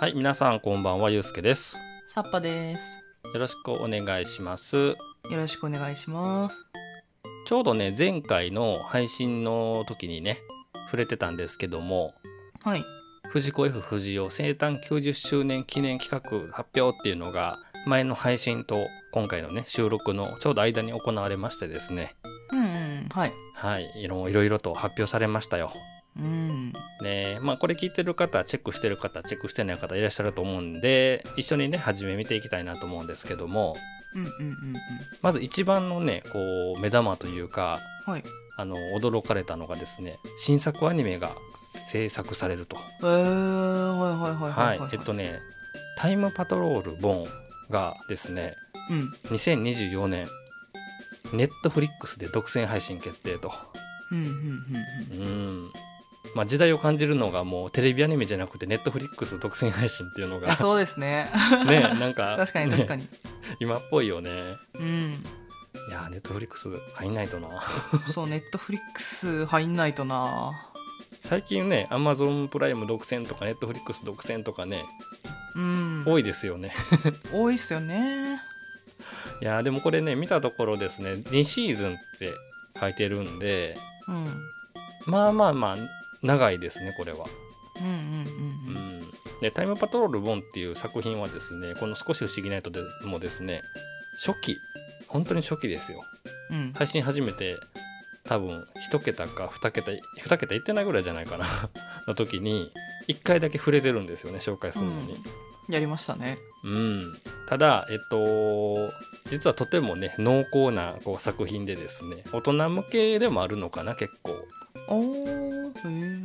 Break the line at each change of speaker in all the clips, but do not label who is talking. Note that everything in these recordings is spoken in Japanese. はい、皆さんこんばんは、ゆうすけです。
サッパです。
よろしくお願いします。
よろしくお願いします。
ちょうどね、前回の配信の時にね、触れてたんですけども、
はい。
藤子 F 不二雄生誕90周年記念企画発表っていうのが、前の配信と今回のね、収録のちょうど間に行われましてですね、
うん、うん、はい。
はい、いろいろいろと発表されましたよ。
うん。
ねまあこれ聞いてる方、チェックしてる方、チェックしてない方いらっしゃると思うんで、一緒にね、初め見ていきたいなと思うんですけども、
うんうんうんうん。
まず一番のね、こう、目玉というか、
はい。
あの、驚かれたのがですね、新作アニメが制作されると。
えー、はいはいは
はい
はい
い
はい。。
えっとね、タイムパトロールボンがですね、
うん。
2024年、ネットフリックスで独占配信決定と。
うんうんう
う
ん
ん。まあ時代を感じるのがもうテレビアニメじゃなくてネットフリックス独占配信っていうの
うん。いや
が
そうですね。
ねなんか
確かに
ね
確かに。
今っぽいよね
うん。
いやネットフリックス入んないとな
そう、ネットフリックス入んないとな。
最近ねアマゾンプライム独占とかネットフリックス独占とかね
うん。
多いですよね
多いっすよね。
いやーでもこれね見たところですね2シーズンって書いてるんで
うん。うん
まあまあまあ長いですねこれは、
うん
う
うんうん。
ん、で「タイムパトロール・ボン」っていう作品はですねこの「少し不思議な人」でもですね初期本当に初期ですよ
うん。
配信始めて多分1桁か2桁2桁いってないぐらいじゃないかなの時に1回だけ触れてるんですよね紹介するのに、
やりましたね。
うん、ただえっと実はとてもね濃厚なこう作品でですね大人向けでもあるのかな結構
おー。へ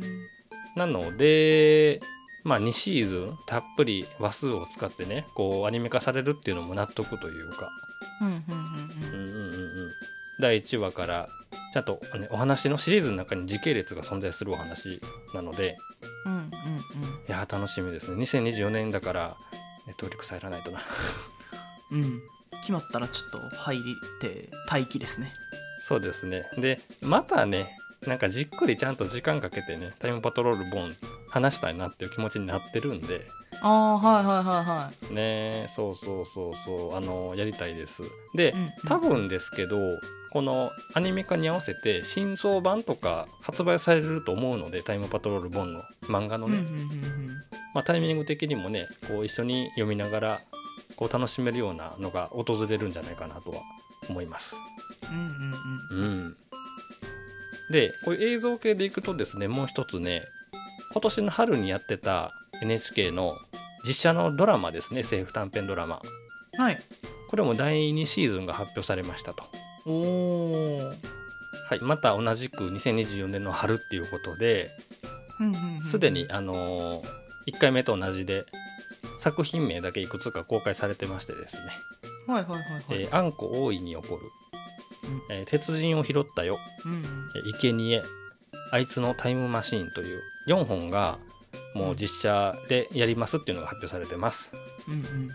え。
なのでまあ2シーズンたっぷり話数を使ってねこうアニメ化されるっていうのも納得というか
うんうん
う
う
う
んん
んうんうん第1話からちゃんと、ね、お話のシリーズの中に時系列が存在するお話なので
うん。うんうんうん。
いやー楽しみですね2024年だからネットフリックス入らないとな
うん。決まったらちょっと入って待機ですね。
そうですねでまたねなんかじっくりちゃんと時間かけてねタイムパトロールボン話したいなっていう気持ちになってるんで
ああはいはいはいは
ねーそうそうそうそうあのーやりたいですで
い。うんうん
多分ですけどこのアニメ化に合わせて新装版とか発売されると思うので「タイムパトロールボン」の漫画のね、
うんうんうんうん
まあ、タイミング的にもねこう一緒に読みながらこう楽しめるようなのが訪れるんじゃないかなとは思います。
うんうんうん
うん、でこういう映像系でいくとですねもう一つね今年の春にやってた NHK の実写のドラマですね政府短編ドラマ
はい。
これも第2シーズンが発表されましたと。
おお。
はい、また同じく2024年の春っていうことで
うんうんうん
すでに、あのー、1回目と同じで作品名だけいくつか公開されてましてですね
はいはいはい
え
はい。
ーあんこ大いに怒る
うん」
えー鉄人を拾ったよ」
うんうん
えー「生贄」「あいつのタイムマシーン」という4本がもう実写でやりますっていうのが発表されてます
うんうんうん。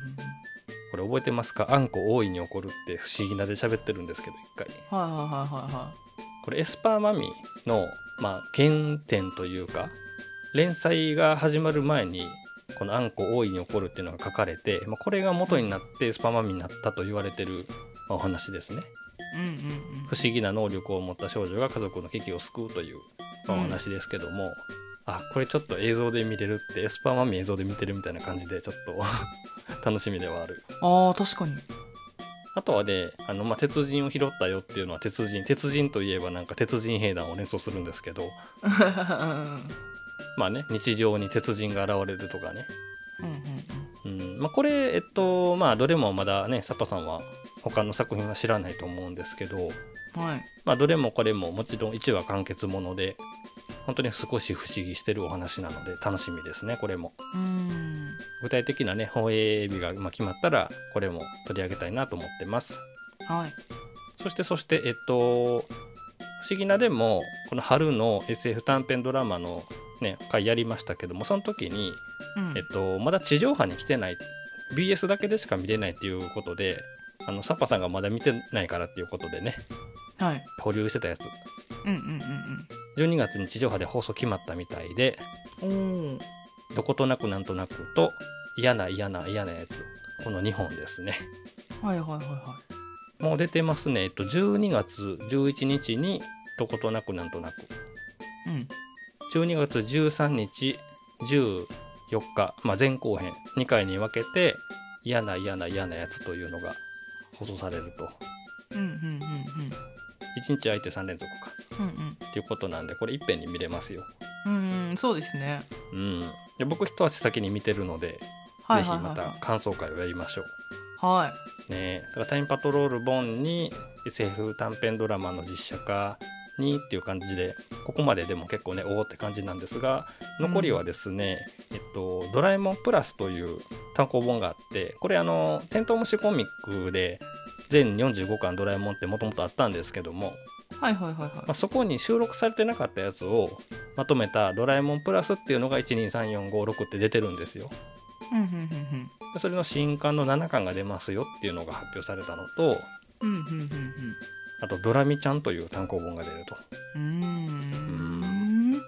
これ覚えてますか「あんこ大いに怒る」って不思議なで喋ってるんですけど一回
はいはいはいはいは
これエスパーマミの、まあ、原点というか連載が始まる前にこの「あんこ大いに起こる」っていうのが書かれて、まあ、これが元になってエスパーマミになったと言われてる、まあお話ですね。
い。うんうんうん
不。思議な能力を持った少女が家族の危機を救うという、まあ
うん
お話ですけども、あこれちょっと映像で見れるってエスパーマミ映像で見てるみたいな感じでちょっと 楽しみではある。
ああ確かに。
あとはね、あの、まあ、鉄人を拾ったよっていうのは鉄人。鉄人といえばなんか鉄人兵団を連想するんですけど、まあね、日常に鉄人が現れるとかね。
うんうんうん。
うんまあ、これ、えっと、まあ、どれもまだね、サッパさんは他の作品は知らないと思うんですけど、
はい。
まあ、どれもこれももちろん1話完結もので、本当に少し不思議してるお話なので、楽しみですね、これも。
うん。
具体的なね、放映日がまあ決まったら、これも取り上げたいなと思ってます。
はい。
そしてそしてえっと不思議なでもこの春の SF 短編ドラマのね回やりましたけどもその時に、
うん
えっと、まだ地上波に来てない BS だけでしか見れないっていうことであのサッパさんがまだ見てないからっていうことでね
はい。
保留してたやつ
うんうん
12月に地上波で放送決まったみたいで
うんうん。おお。
どことなくなんとなくと嫌な嫌な嫌なやつこの2本ですね
はいはいはいは
もう出てますねえっと12月11日にどことなくなんとなく
いうん
12月13日14日、まあ、前後編2回に分けて嫌な嫌な嫌なやつというのが放送されると
うんうんうん
1日空いて3連続か
うんうん
っていうことなんでこれいっぺんに見れますよ
うんうんそうですね
うんで僕一足先に見てるので、
はいはい
ぜひ
は
ま
いは
た感想会をやりましょう
いはい
ねえだからタイムパトロール本に SF 短編ドラマの実写化にっていう感じでここまででも結構ねおおって感じなんですが残りはですね、えっと「ドラえもんプラス」という単行本があってこれあの「テントウムシコミック」で全45巻「ドラえもん」ってもともとあったんですけども、
はいはいはいはい
まあ、そこに収録されてなかったやつをまとめた「ドラえもんプラス」っていうのが123456って出てるんですよ。
うんうんうん
でそれの新刊の7巻が出ますよっていうのが発表されたのと
うんうんうんうん
あと「ドラミちゃん」という単行本が出ると
うんうーん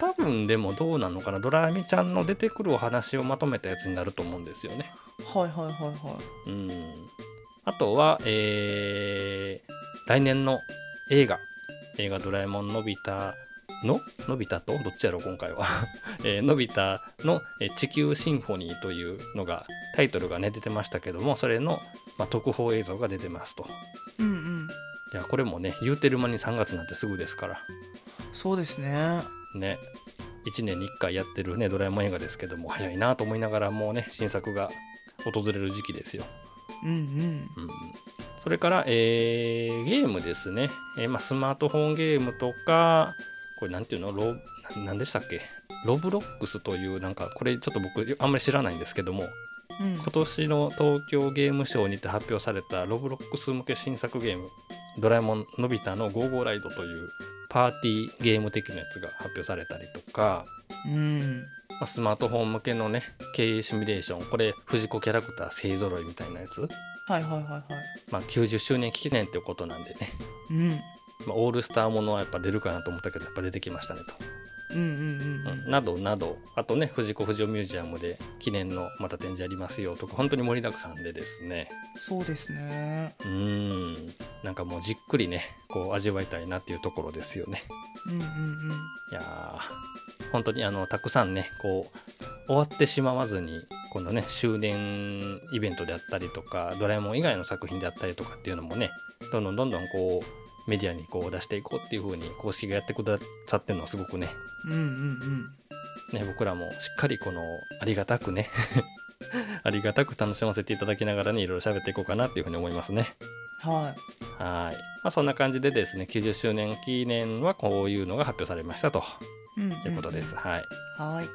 多分でもどうなのかなドラミちゃんの出てくるお話をまとめたやつになると思うんですよね
はいはいはいは
うんあとはえー、来年の映画映画「ドラえもんのび太の」のび太とどっちやろう今回は、 えーのび太のえー地球シンフォニーというのがタイトルがね出てましたけどもそれの、まあ、特報映像が出てますと
いうんうん
いやこれもね言うてる間に3月なんてすぐですから
そうですね
ね1年に1回やってるねドラえもん映画ですけども早いなと思いながらもうね新作が訪れる時期ですよ、
うん
うん、それから、えーゲームですね、えーまあ、スマートフォンゲームとかこれなんていうのロななんでしたっけロブロックスというなんかこれちょっと僕あんまり知らないんですけども
うんうん
今年の東京ゲームショーにて発表されたロブロックス向け新作ゲーム「ドラえもんのび太のゴーゴーライド」というパーティーゲーム的なやつが発表されたりとか、
うん
まあスマートフォン向けのね経営シミュレーションこれ藤子キャラクター勢ぞろいみたいなやつ、
はいはいはいは
まあ、90周年記念ってことなんでね、
いうん
まあ、オールスターものはやっぱ出るかなと思ったけどやっぱ出てきましたねと。
うんうんうんうん
などなどあとね藤子不二雄ミュージアムで記念のまた展示やりますよとか本当に盛りだくさんでですね
そうですね
うーんなんかもうじっくりねこう味わいたいなっていうところですよね
うんうんうん
いやー本当にあのたくさんねこう終わってしまわずにこのね終電イベントであったりとかドラえもん以外の作品であったりとかっていうのもねどんどんどんどんこうメディアにこう出していこうっていう風に公式がやってくださってるのはすごくね
うんうんうん
ね僕らもしっかりこのありがたくね ありがたく楽しませていただきながらねいろいろ喋っていこうかなっていうふうに思いますね。
はい
はい、まあ、そんな感じでですね90周年記念はこういうのが発表されましたと
うん
いうことです、はい、
はい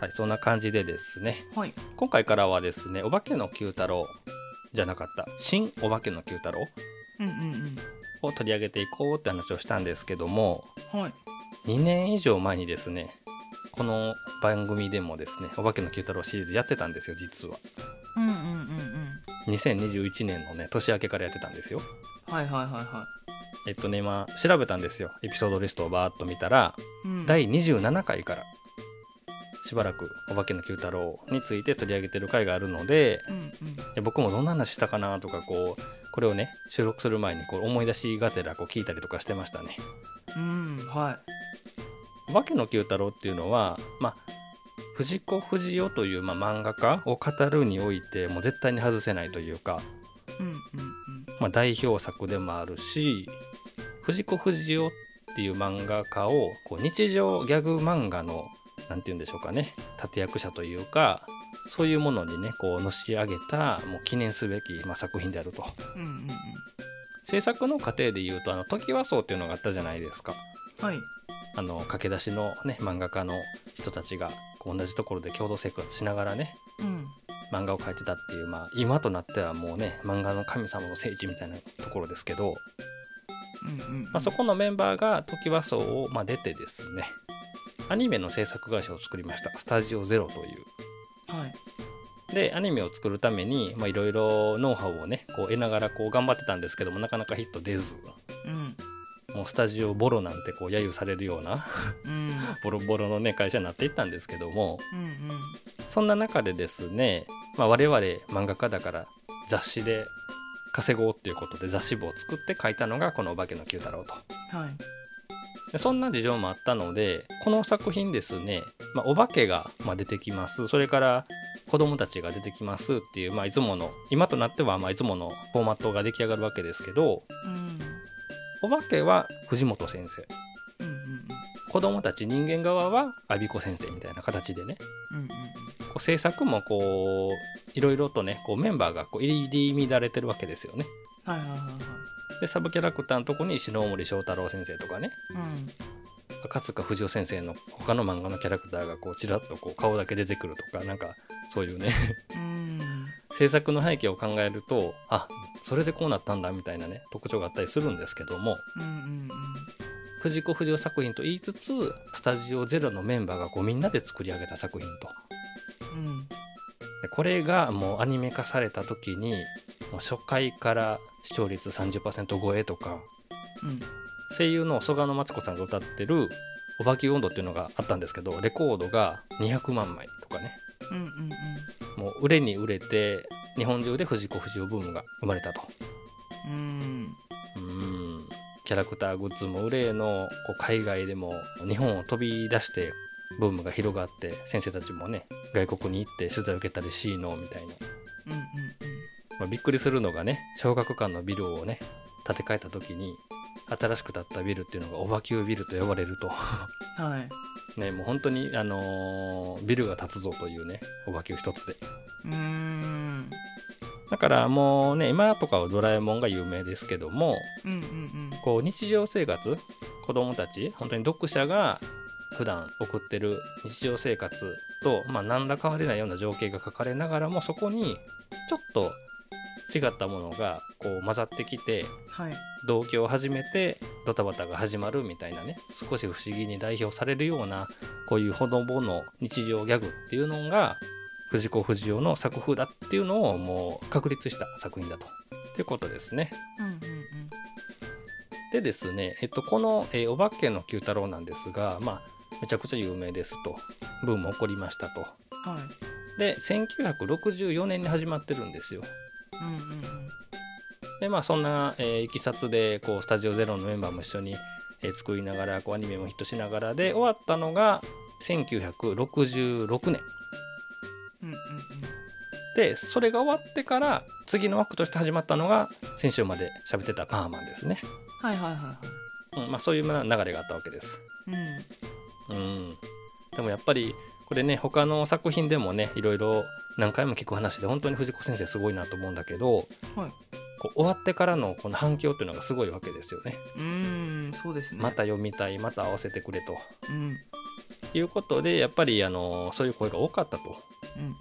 はい、そんな感じでですね
はい
今回からはですね「お化けの九太郎」じゃなかった「新お化けの九太郎
うんうん」
を取り上げていこうって話をしたんですけども
うんはい
2年以上前にですねこの番組でもですね「お化けの九太郎」シリーズやってたんですよ実は
うんうんうんうん
2021年のね年明けからやってたんですよ
はいはいはいは
えっとね今調べたんですよエピソードリストをバーッと見たら
いうん
第27回からしばらく「お化けの九太郎」について取り上げてる回があるので
うんうん
いや僕もどんな話したかなとかこうこれをね収録する前にこう思い出しがてらこう聞いたりとかしてましたね。
うんはい
お化けの九太郎っていうのは、まあ、藤子不二雄という、まあ、漫画家を語るにおいてもう絶対に外せないというか、
うんうんうん
まあ、代表作でもあるし藤子不二雄っていう漫画家をこう日常ギャグ漫画の何て言うんでしょうかね立役者というかそういうものにねこうのし上げたもう記念すべき、まあ、作品であると。
うんうんうん
制作の過程でいうとあのトキワ荘っていうのがあったじゃないですか
はい
あの駆け出しのね漫画家の人たちがこう同じところで共同生活しながらね
うん
漫画を描いてたっていう、まあ、今となってはもうね漫画の神様の聖地みたいなところですけど、
うんうんう
ま
ん
あ、そこのメンバーがトキワ荘をまあ出てですねアニメの制作会社を作りましたスタジオゼロという
はい
でアニメを作るためにまあいろいろノウハウをねこう得ながらこう頑張ってたんですけどもなかなかヒット出ず
うん
もうもうスタジオボロなんてこう揶揄されるような
うん
ボロボロのね会社になっていったんですけども
うんうん
そんな中でですね、まあ、我々漫画家だから雑誌で稼ごうっていうことで雑誌部を作って書いたのがこの「お化けの Q 太郎と」
はい
でそんな事情もあったのでこの作品ですね、まあ、お化けがまあ出てきますそれから子供たちが出てきますっていう、まあ、いつもの今となってはまあいつものフォーマットが出来上がるわけですけど
うんうん
お化けは藤本先生
うん
子供たち人間側は我孫子先生みたいな形でね
うんうん
こう制作もこういろいろとねこうメンバーがこう入り乱れてるわけですよね。
はいはいはいはい
でサブキャラクターのとこに篠森章太郎先生とかね
うん
赤塚不二夫先生の他の漫画のキャラクターがこうちらっとこう顔だけ出てくるとかなんかそういうね
うん
制作の背景を考えるとあそれでこうなったんだみたいなね特徴があったりするんですけども
うんうん
藤子不二雄作品と言いつつスタジオゼロのメンバーがこうみんなで作り上げた作品と
うんうん
でこれがもうアニメ化された時にもう初回から視聴率30%超えとか
うん
声優の曽我野真知子さんが歌ってる「おばき温度」っていうのがあったんですけどレコードが200万枚とかね
うんうん
もう売れに売れて日本中で藤子不二雄ブームが生まれたと
うん
うーんキャラクターグッズも売れのこう海外でも日本を飛び出してブームが広がって先生たちもね外国に行って取材を受けたりしいのみたいな、
うんうん
まあ、びっくりするのがね小学館のビルをね建て替えた時に新しく建ったビルっていうのがおばきゅうビルと呼ばれると
うんはい
ね、もう本当に、あのービルが建つぞというね、お化けを一つで。
うん
だからもうね、今とかはドラえもんが有名ですけども、
うんうん
こう日常生活、子供たち、本当に読者が普段送ってる日常生活と、まあ、何ら変わりないような情景が書かれながらも、そこにちょっと違ったものがこう混ざってきて、
はい
同居を始めてドタバタが始まるみたいなね少し不思議に代表されるようなこういうほのぼの日常ギャグっていうのが藤子不二雄の作風だっていうのをもう確立した作品だと。っていうことですね。
うんうん
でですね、えっと、この、えーお化けの Q 太郎」なんですが、まあ、めちゃくちゃ有名ですとブーム起こりましたと。
うんはい
で1964年に始まってるんですよ。
うんうん
でまあそんな、えーいきさつでこうスタジオゼロのメンバーも一緒に、えー作りながらこうアニメもヒットしながらで終わったのが1966年
うんうん
でそれが終わってから次の枠として始まったのが先週まで喋ってたパーマンですね、
はいはいはいは
うんまあ、そういうような流れがあったわけです
いうん
うんでもやっぱりこれね他の作品でもねいろいろ何回も聞く話で本当に藤子先生すごいなと思うんだけど、
はい
こう終わってからのこの反響っていうのがすごいわけですよね
うんそうですね
また読みたいまた合わせてくれと
うんうん
いうことでやっぱりあのそういう声が多かったと。
うんうん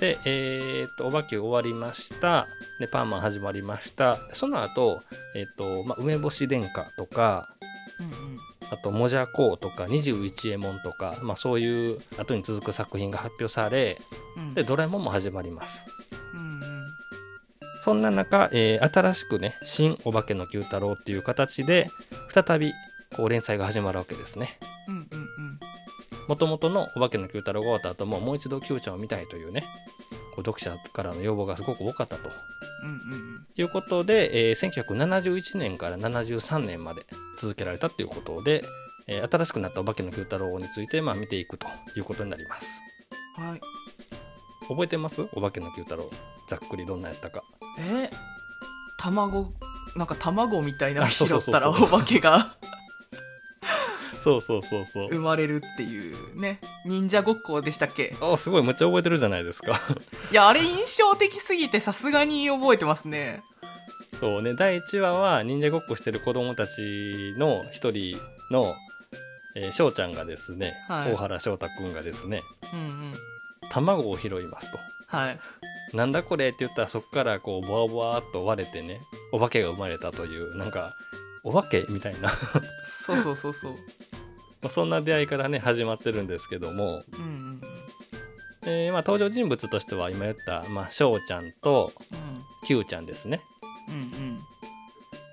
で、えーっとお化け終わりましたでパーマン始まりましたその後、えーっとまあ、梅干し殿下とか
うんうん
あと「もじゃこう」とか「21エモン」とか、まあ、そういう後に続く作品が発表され
うん
でドラえもんも始まります
うんうん
そんな中、えー新しくね「新お化けの Q 太郎」っていう形で再びこう連載が始まるわけですね
うんうんうん
もともとの「お化けの Q 太郎」が終わった後ももう一度 Q ちゃんを見たいというねこう読者からの要望がすごく多かったと
うんうん
いうことで、えー1971年から73年まで続けられたということで、えー新しくなった「お化けの Q 太郎」について、まあ、見ていくということになります
うんはい
覚えてますお化けの Q 太郎ざっくりどんなやったか
え卵なんか卵みたいなの
あそ
拾
うそうそう
ったらお化けが
そうそうそうそう
生まれるっていうね忍者ごっこでしたっけ
あすごいめっちゃ覚えてるじゃないですか
いやあれ印象的すぎてさすがに覚えてますね
そうね第1話は忍者ごっこしてる子供たちの一人のえー翔、ちゃんがですね、
はい
大原翔太くんがですね
うんうん
卵を拾いますと。
はい
なんだこれって言ったらそこからこうボワボワっと割れてねお化けが生まれたというなんかお化けみたいな ま
そうそうそうそう
あそんな出会いからね始まってるんですけども、
うんうん
えーまあ、登場人物としては今言ったまあ、翔ちゃんと
うん
Q ちゃんですね
うんうん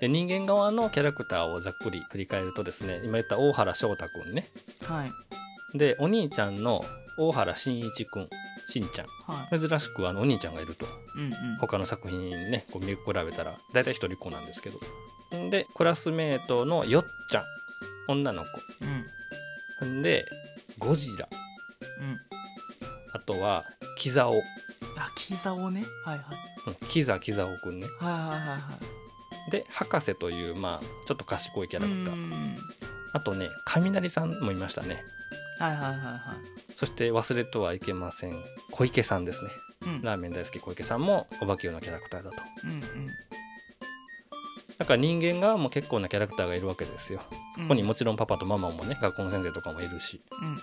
で人間側のキャラクターをざっくり振り返るとですね今言った大原翔太くんね
はい
でお兄ちゃんの大原真一くんしんちゃん
はい
珍しくあのお兄ちゃんがいると
うんうん
他の作品にねこう見比べたら大体一人っ子なんですけどでクラスメートのよっちゃん女の子
うん
んでゴジラ
うん
あとはキザオ、うん
あキザをねはいはい
キザキザオくんね
はいはいはいはい
で博士というまあちょっと賢いキャラクタ
う
ー
ん
あとね雷さんもいましたね
はいはいはいはい
そして忘れてはいけません小池さんですね
うん
ラーメン大好き小池さんもお化けようなキャラクターだと
うんうん
だから人間側も結構なキャラクターがいるわけですよそこにもちろんパパとママもね学校の先生とかもいるし
うんうんうん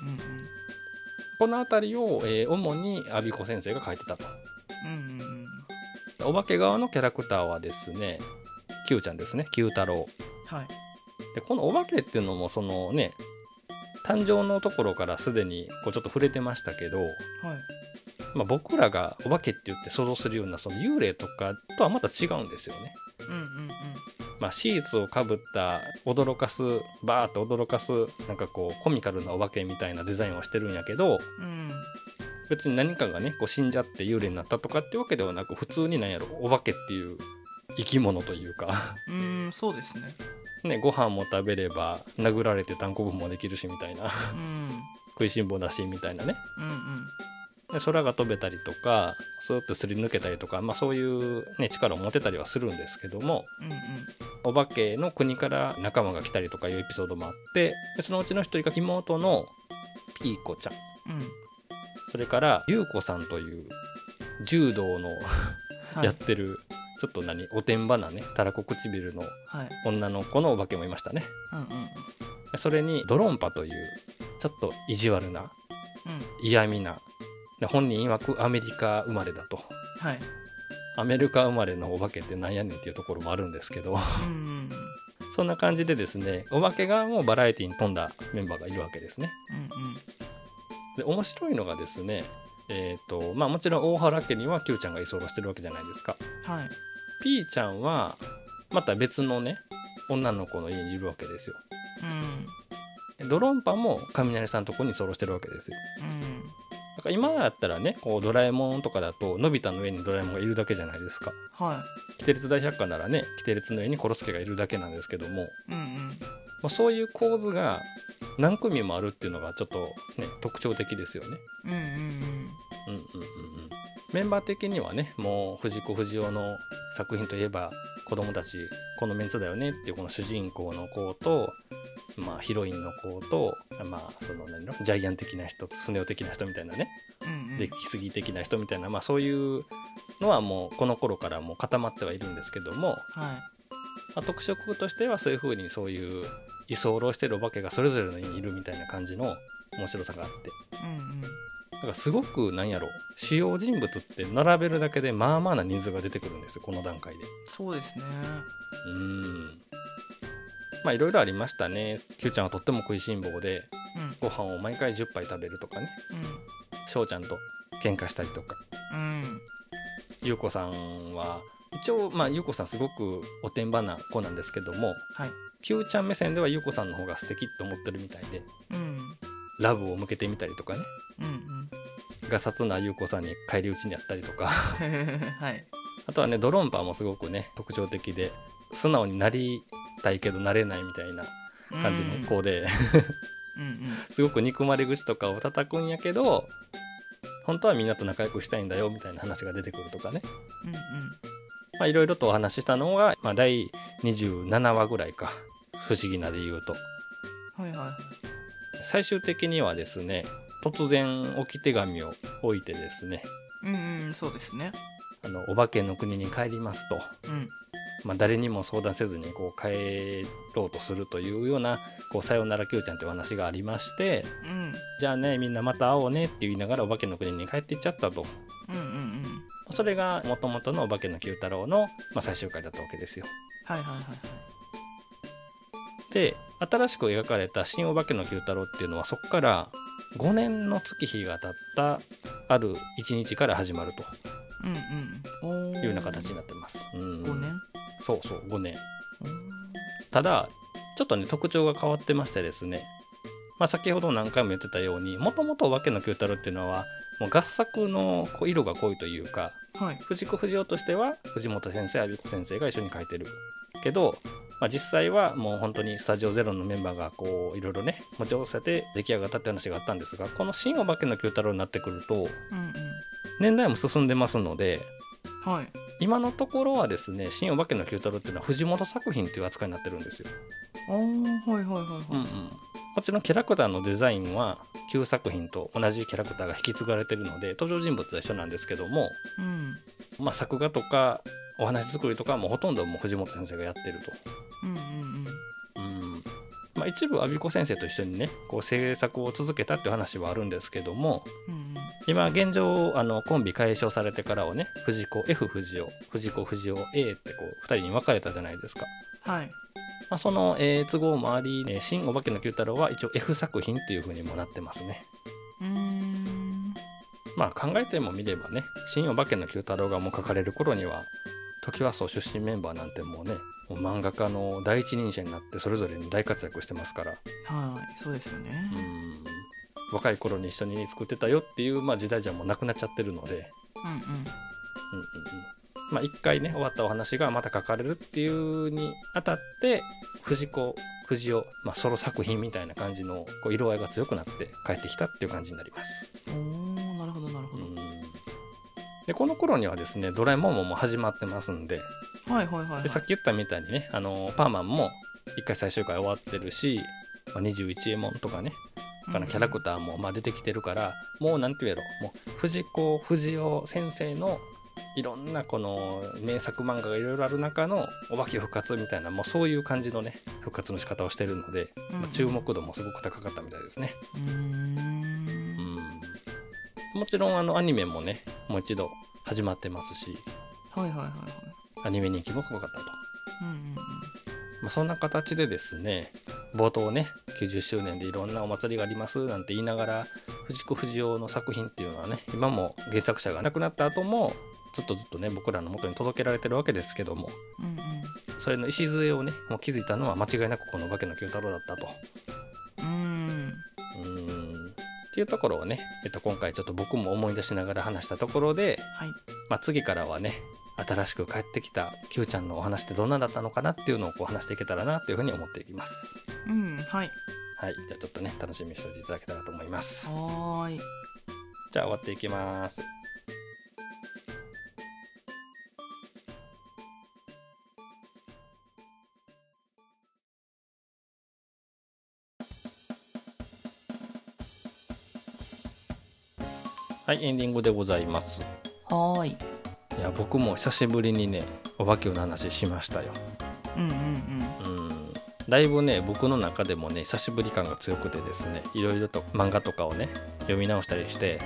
この辺りを、えー主に阿ビ子先生が書いてたと
うんうんうん
お化け側のキャラクターはですね Q ちゃんですね Q 太郎
はい
でこのお化けっていうのもそのね誕生のところからすでにこうちょっと触れてましたけど、
はい
まあ、僕らがお化けって言って想像するようなその幽霊とかとはまた違うんですよね。
うんうんうん
まあ、シーツをかぶった驚かすバーッと驚かすなんかこうコミカルなお化けみたいなデザインをしてるんやけど
うん
別に何かがねこう死んじゃって幽霊になったとかってわけではなく普通になんやろお化けっていう生き物というか、
うんそうですね
ね、ご飯も食べれば殴られて単行部もできるしみたいな
うん
食いしん坊だしみたいなね
うんうん
で空が飛べたりとかスーッとすり抜けたりとか、まあ、そういう、ね、力を持てたりはするんですけども
うんうん
お化けの国から仲間が来たりとかいうエピソードもあってでそのうちの一人が妹のピーコちゃん
うん
それから優子さんという柔道の
はい
やってる、ちょっと何おてんばなねたらこ唇の
はい
女の子のお化けもいましたね
うんうんうん
でそれにドロンパというちょっと意地悪な嫌味なで本人曰くアメリカ生まれだと
はい
アメリカ生まれのお化けってなんやねんっていうところもあるんですけど
うんうん
そんな感じでですねお化け側もバラエティに富んだメンバーがいるわけですね
うんうん
で面白いのがですねえっ、とまあもちろん大原家には Q ちゃんが居候してるわけじゃないですか
はい
P ちゃんはまた別のね女の子の家にいるわけですよ
うん
ドロンパも雷さんのとこに居候してるわけですよ
うん
だから今だったらねこうドラえもんとかだとのび太の上にドラえもんがいるだけじゃないですか
は
キテレツ大百科ならねキテレツの上にコロスケがいるだけなんですけども、
いうんうん
まあ、そういう構図が何組もあるっていうのがちょっとね特徴的ですよね
うんうん
うんうんうんうんメンバー的にはねもう藤子不二雄の作品といえば子供たちこのメンツだよねっていうこの主人公の子と、まあ、ヒロインの子と、まあ、その何のジャイアン的な人スネ夫的な人みたいなね
うんうん
出来すぎ的な人みたいな、まあ、そういうのはもうこの頃からもう固まってはいるんですけども、
はい
まあ特色としてはそういう風にそういう居候してるお化けがそれぞれの家にいるみたいな感じの面白さがあって
うんうん
だからすごくなんやろ主要人物って並べるだけでまあまあな人数が出てくるんですよこの段階で
そうですね
うーんまあいろいろありましたね Q ちゃんはとっても食いしん坊で
うん
ご飯を毎回10杯食べるとかね翔ちゃんと喧嘩したりとか
うんうん
優子さんは一応まあ優子さんすごくおてんばな子なんですけども
はい
Q ちゃん目線では優子さんの方が素敵と思ってるみたいで
うん
ラブを向けてみたりとかね
うんうん
がさつな優子さんに返り討ちにやったりとか
はい
あとはねドロンパーもすごくね特徴的で素直になりたいけどなれないみたいな感じの子で、
うんうん
すごく憎まれ口とかを叩くんやけど本当はみんなと仲良くしたいんだよみたいな話が出てくるとかね
うんうん
まあいろいろとお話ししたのが、まあ、第27話ぐらいか不思議なで言うと
はいはいはい
最終的にはですね突然置き手紙を置いてですね
うんうんそうですね
あのお化けの国に帰りますと、
うん
まあ、誰にも相談せずにこう帰ろうとするというようなこうさよなら Q ちゃんというお話がありまして
うん
じゃあねみんなまた会おうねって言いながらお化けの国に帰っていっちゃったと
うんうんうん
それが元々のお化けの Q 太郎の、まあ、最終回だったわけですよ
はいはいはいはい
で新しく描かれた「新お化けの Q 太郎」っていうのはそこから5年の月日が経ったある1日から始まると
うんうんおお
いうような形になってます。うん
五年
そうそう5年
お
ただちょっとね特徴が変わってましてですね、まあ、先ほど何回も言ってたようにもともと「わけの九太郎」っていうのはもう合作のこう色が濃いというか
はい
藤子不二雄としては藤本先生阿部子先生が一緒に書いてるけど、まあ、実際はもう本当にスタジオゼロのメンバーがこういろいろね持ち合わせて出来上がったって話があったんですがこの「新お化けの九太郎」になってくると
うん
年代も進んでますので
うんはい
今のところはですね「新お化けの九太郎」っていうのは藤本作品っていう扱いになってるんですよ。
あーはいはいはいはい
もちろんキャラクターのデザインは旧作品と同じキャラクターが引き継がれてるので登場人物は一緒なんですけども、
うん
まあ、作画とかお話作りとかはもうほとんどもう藤本先生がやってる
うんうんうん
と。うんまあ、一部阿ビ子先生と一緒にねこう制作を続けたっていう話はあるんですけども
うんうん
今現状あのコンビ解消されてからをね藤子 F 藤尾藤子藤尾 A ってこう2人に分かれたじゃないですか。
はい
まあ、その、えー都合もあり、えー新お化けの九太郎は一応 F 作品っていう風にもなってますね。
うーん
まあ考えてもみればね、新お化けの九太郎がもう書かれる頃には、時はそう出身メンバーなんてもうね、もう漫画家の第一人者になってそれぞれに大活躍してますから、
はいそうですよね
うーん若い頃に一緒に作ってたよっていう、まあ、時代じゃもうなくなっちゃってるので、
うんうん
うんうんうんまあ一回ね、終わったお話がまた書かれるっていうにあたって、藤子、藤尾、まあソロ作品みたいな感じのこう色合いが強くなって帰ってきたっていう感じになります。
おーなるほどなるほど、
でこの頃にはですね「ドラえもん」ももう始まってますんで
はいはいはい、はい、
でさっき言ったみたいにね「あのパーマン」も1回最終回終わってるし「まあ、21エモン」とかね他のキャラクターもまあ出てきてるから、もうなんて言うやろもう藤子不二雄先生のいろんなこの名作漫画がいろいろある中のお化け復活みたいなもうそういう感じのね復活の仕方をしてるので、
うん
まあ注目度もすごく高かったみたいですね。
うーん
うんもちろんあのアニメもねもう一度始まってますし
はいはいはいはい
アニメ人気もすごかったと、
うんうん
まあ、そんな形でですね冒頭ね90周年でいろんなお祭りがありますなんて言いながら藤子不二雄の作品っていうのはね今も原作者が亡くなった後もずっとずっとね僕らの元に届けられてるわけですけども
うんうん
それの礎をねもう気づいたのは間違いなくこの「化けの九太郎」だったと。
うんうん
うーんっていうところをね、えっと、今回ちょっと僕も思い出しながら話したところで、
はい
まあ、次からはね新しく帰ってきた Q ちゃんのお話ってどんなだったのかなっていうのをこう話していけたらなっていうふうに思っていきます
うんはい
はいじゃあちょっとね楽しみにしておいていただけたらと思います
はーい
じゃあ終わっていきますはいエンディングでございます
はーい
いや僕も久しぶりにねお化けの話しましたよ
うんうんうん
うんだいぶね僕の中でもね久しぶり感が強くてですねいろいろと漫画とかをね読み直したりして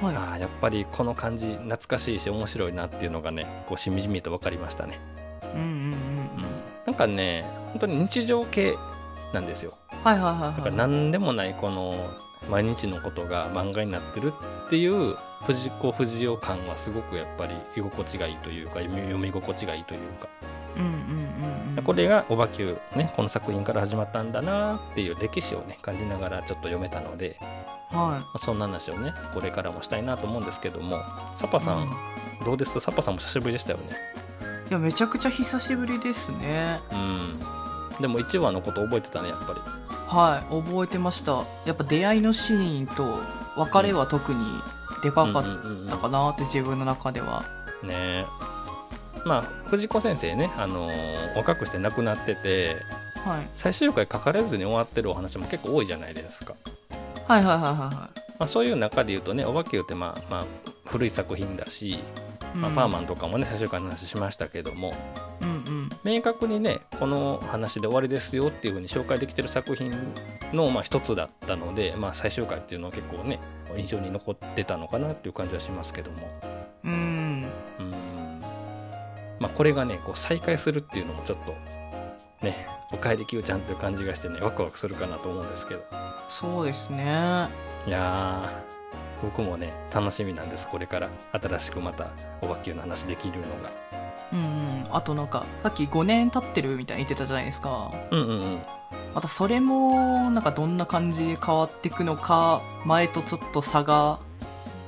はい
あーやっぱりこの感じ懐かしいし面白いなっていうのがねこうしみじみと分かりましたね、
うんうんうん
うん、なんかね本当に日常系なんですよ
はいはいはい
だ
は
か
い
ら何でもないこの毎日のことが漫画になってるっていう藤子不二雄感はすごくやっぱり居心地がいいというか読み読み心地がいいというか
うんうんうんうん
これが「おばきゅう」ねこの作品から始まったんだなっていう歴史をね感じながらちょっと読めたので、ま
は
あそんな話をねこれからもしたいなと思うんですけどもサパ
い
さ
うん
ん、どうですサパさんも久しぶりでしたよね
いやめちゃくちゃ久しぶりですね
うんでも1話のこと覚えてたねやっぱり
はい覚えてましたやっぱ出会いのシーンと別れは特にでかか
う
っ
んうんうんうん
たかなって自分の中では
ねえまあ藤子先生ね、あのー若くして亡くなってて
はい
最終回書かれずに終わってるお話も結構多いじゃないですか、
はいはいはいは
まあ、そういう中で言うとね「おばきゅう」ってまあまあ古い作品だし
いはい、
まあ、パーマ
ン
ンとかもね最終回の話しましたけども
うんうん
明確にねこの話で終わりですよっていう風に紹介できてる作品のまあ一つだったので、まあ、最終回っていうのは結構ね印象に残ってたのかなっていう感じはしますけども
うん
うーん、まあ、これがねこう再開するっていうのもちょっとねおかえりきゅうちゃんっていう感じがしてねワクワクするかなと思うんですけど
そうですね
いやー僕もね楽しみなんですこれから新しくまたおばきゅうの話できるのが
うんうんあとなんかさっき5年経ってるみたいに言ってたじゃないですか
うんうんうん
またそれもなんかどんな感じで変わっていくのか前とちょっと差が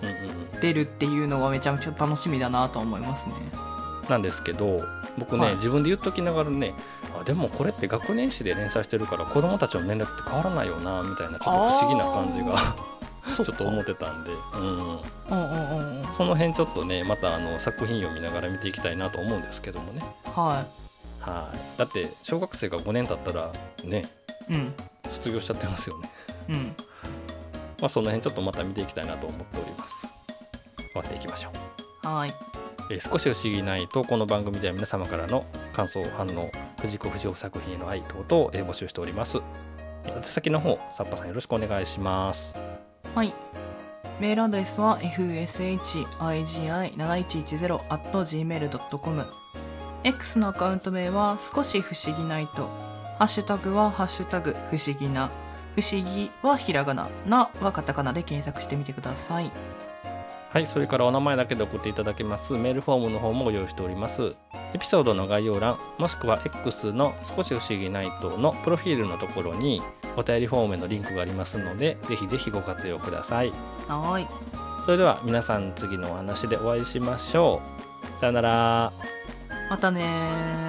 うんうんうん
出るっていうのがめちゃめちゃ楽しみだなと思いますね
なんですけど僕ね、
はい
自分で言っときながらねあでもこれって学年誌で連載してるから子供たちの年齢って変わらないよなみたいなちょっと不思議な感じ がちょっと思ってたんで、うん、
うんうんうんうん
その辺ちょっとねまたあの作品を見ながら見ていきたいなと思うんですけどもね
は
はいだって小学生が5年経ったらね
いうん
卒業しちゃってますよね、
うん
まあ、その辺ちょっとまた見ていきたいなと思っております終わっていきましょう
はい
えー少し不思議ないとこの番組では皆様からの感想反応藤子不二雄作品への愛等々をえー募集しておりますえー宛先の方サッパさんよろしくお願いします
はい。メールアドレスは fshigi7110.gmail.com。X のアカウント名は少し不思議ないと。ハッシュタグはハッシュタグ不思議な。不思議はひらがな。なはカタカナで検索してみてください。
はいそれからお名前だけで送っていただけますメールフォームの方もご用意しておりますエピソードの概要欄もしくは X の少し不思議ないとのプロフィールのところにお便りフォームへのリンクがありますのでぜひぜひご活用ください
はーい。
それでは皆さん次のお話でお会いしましょうさよなら
またねー。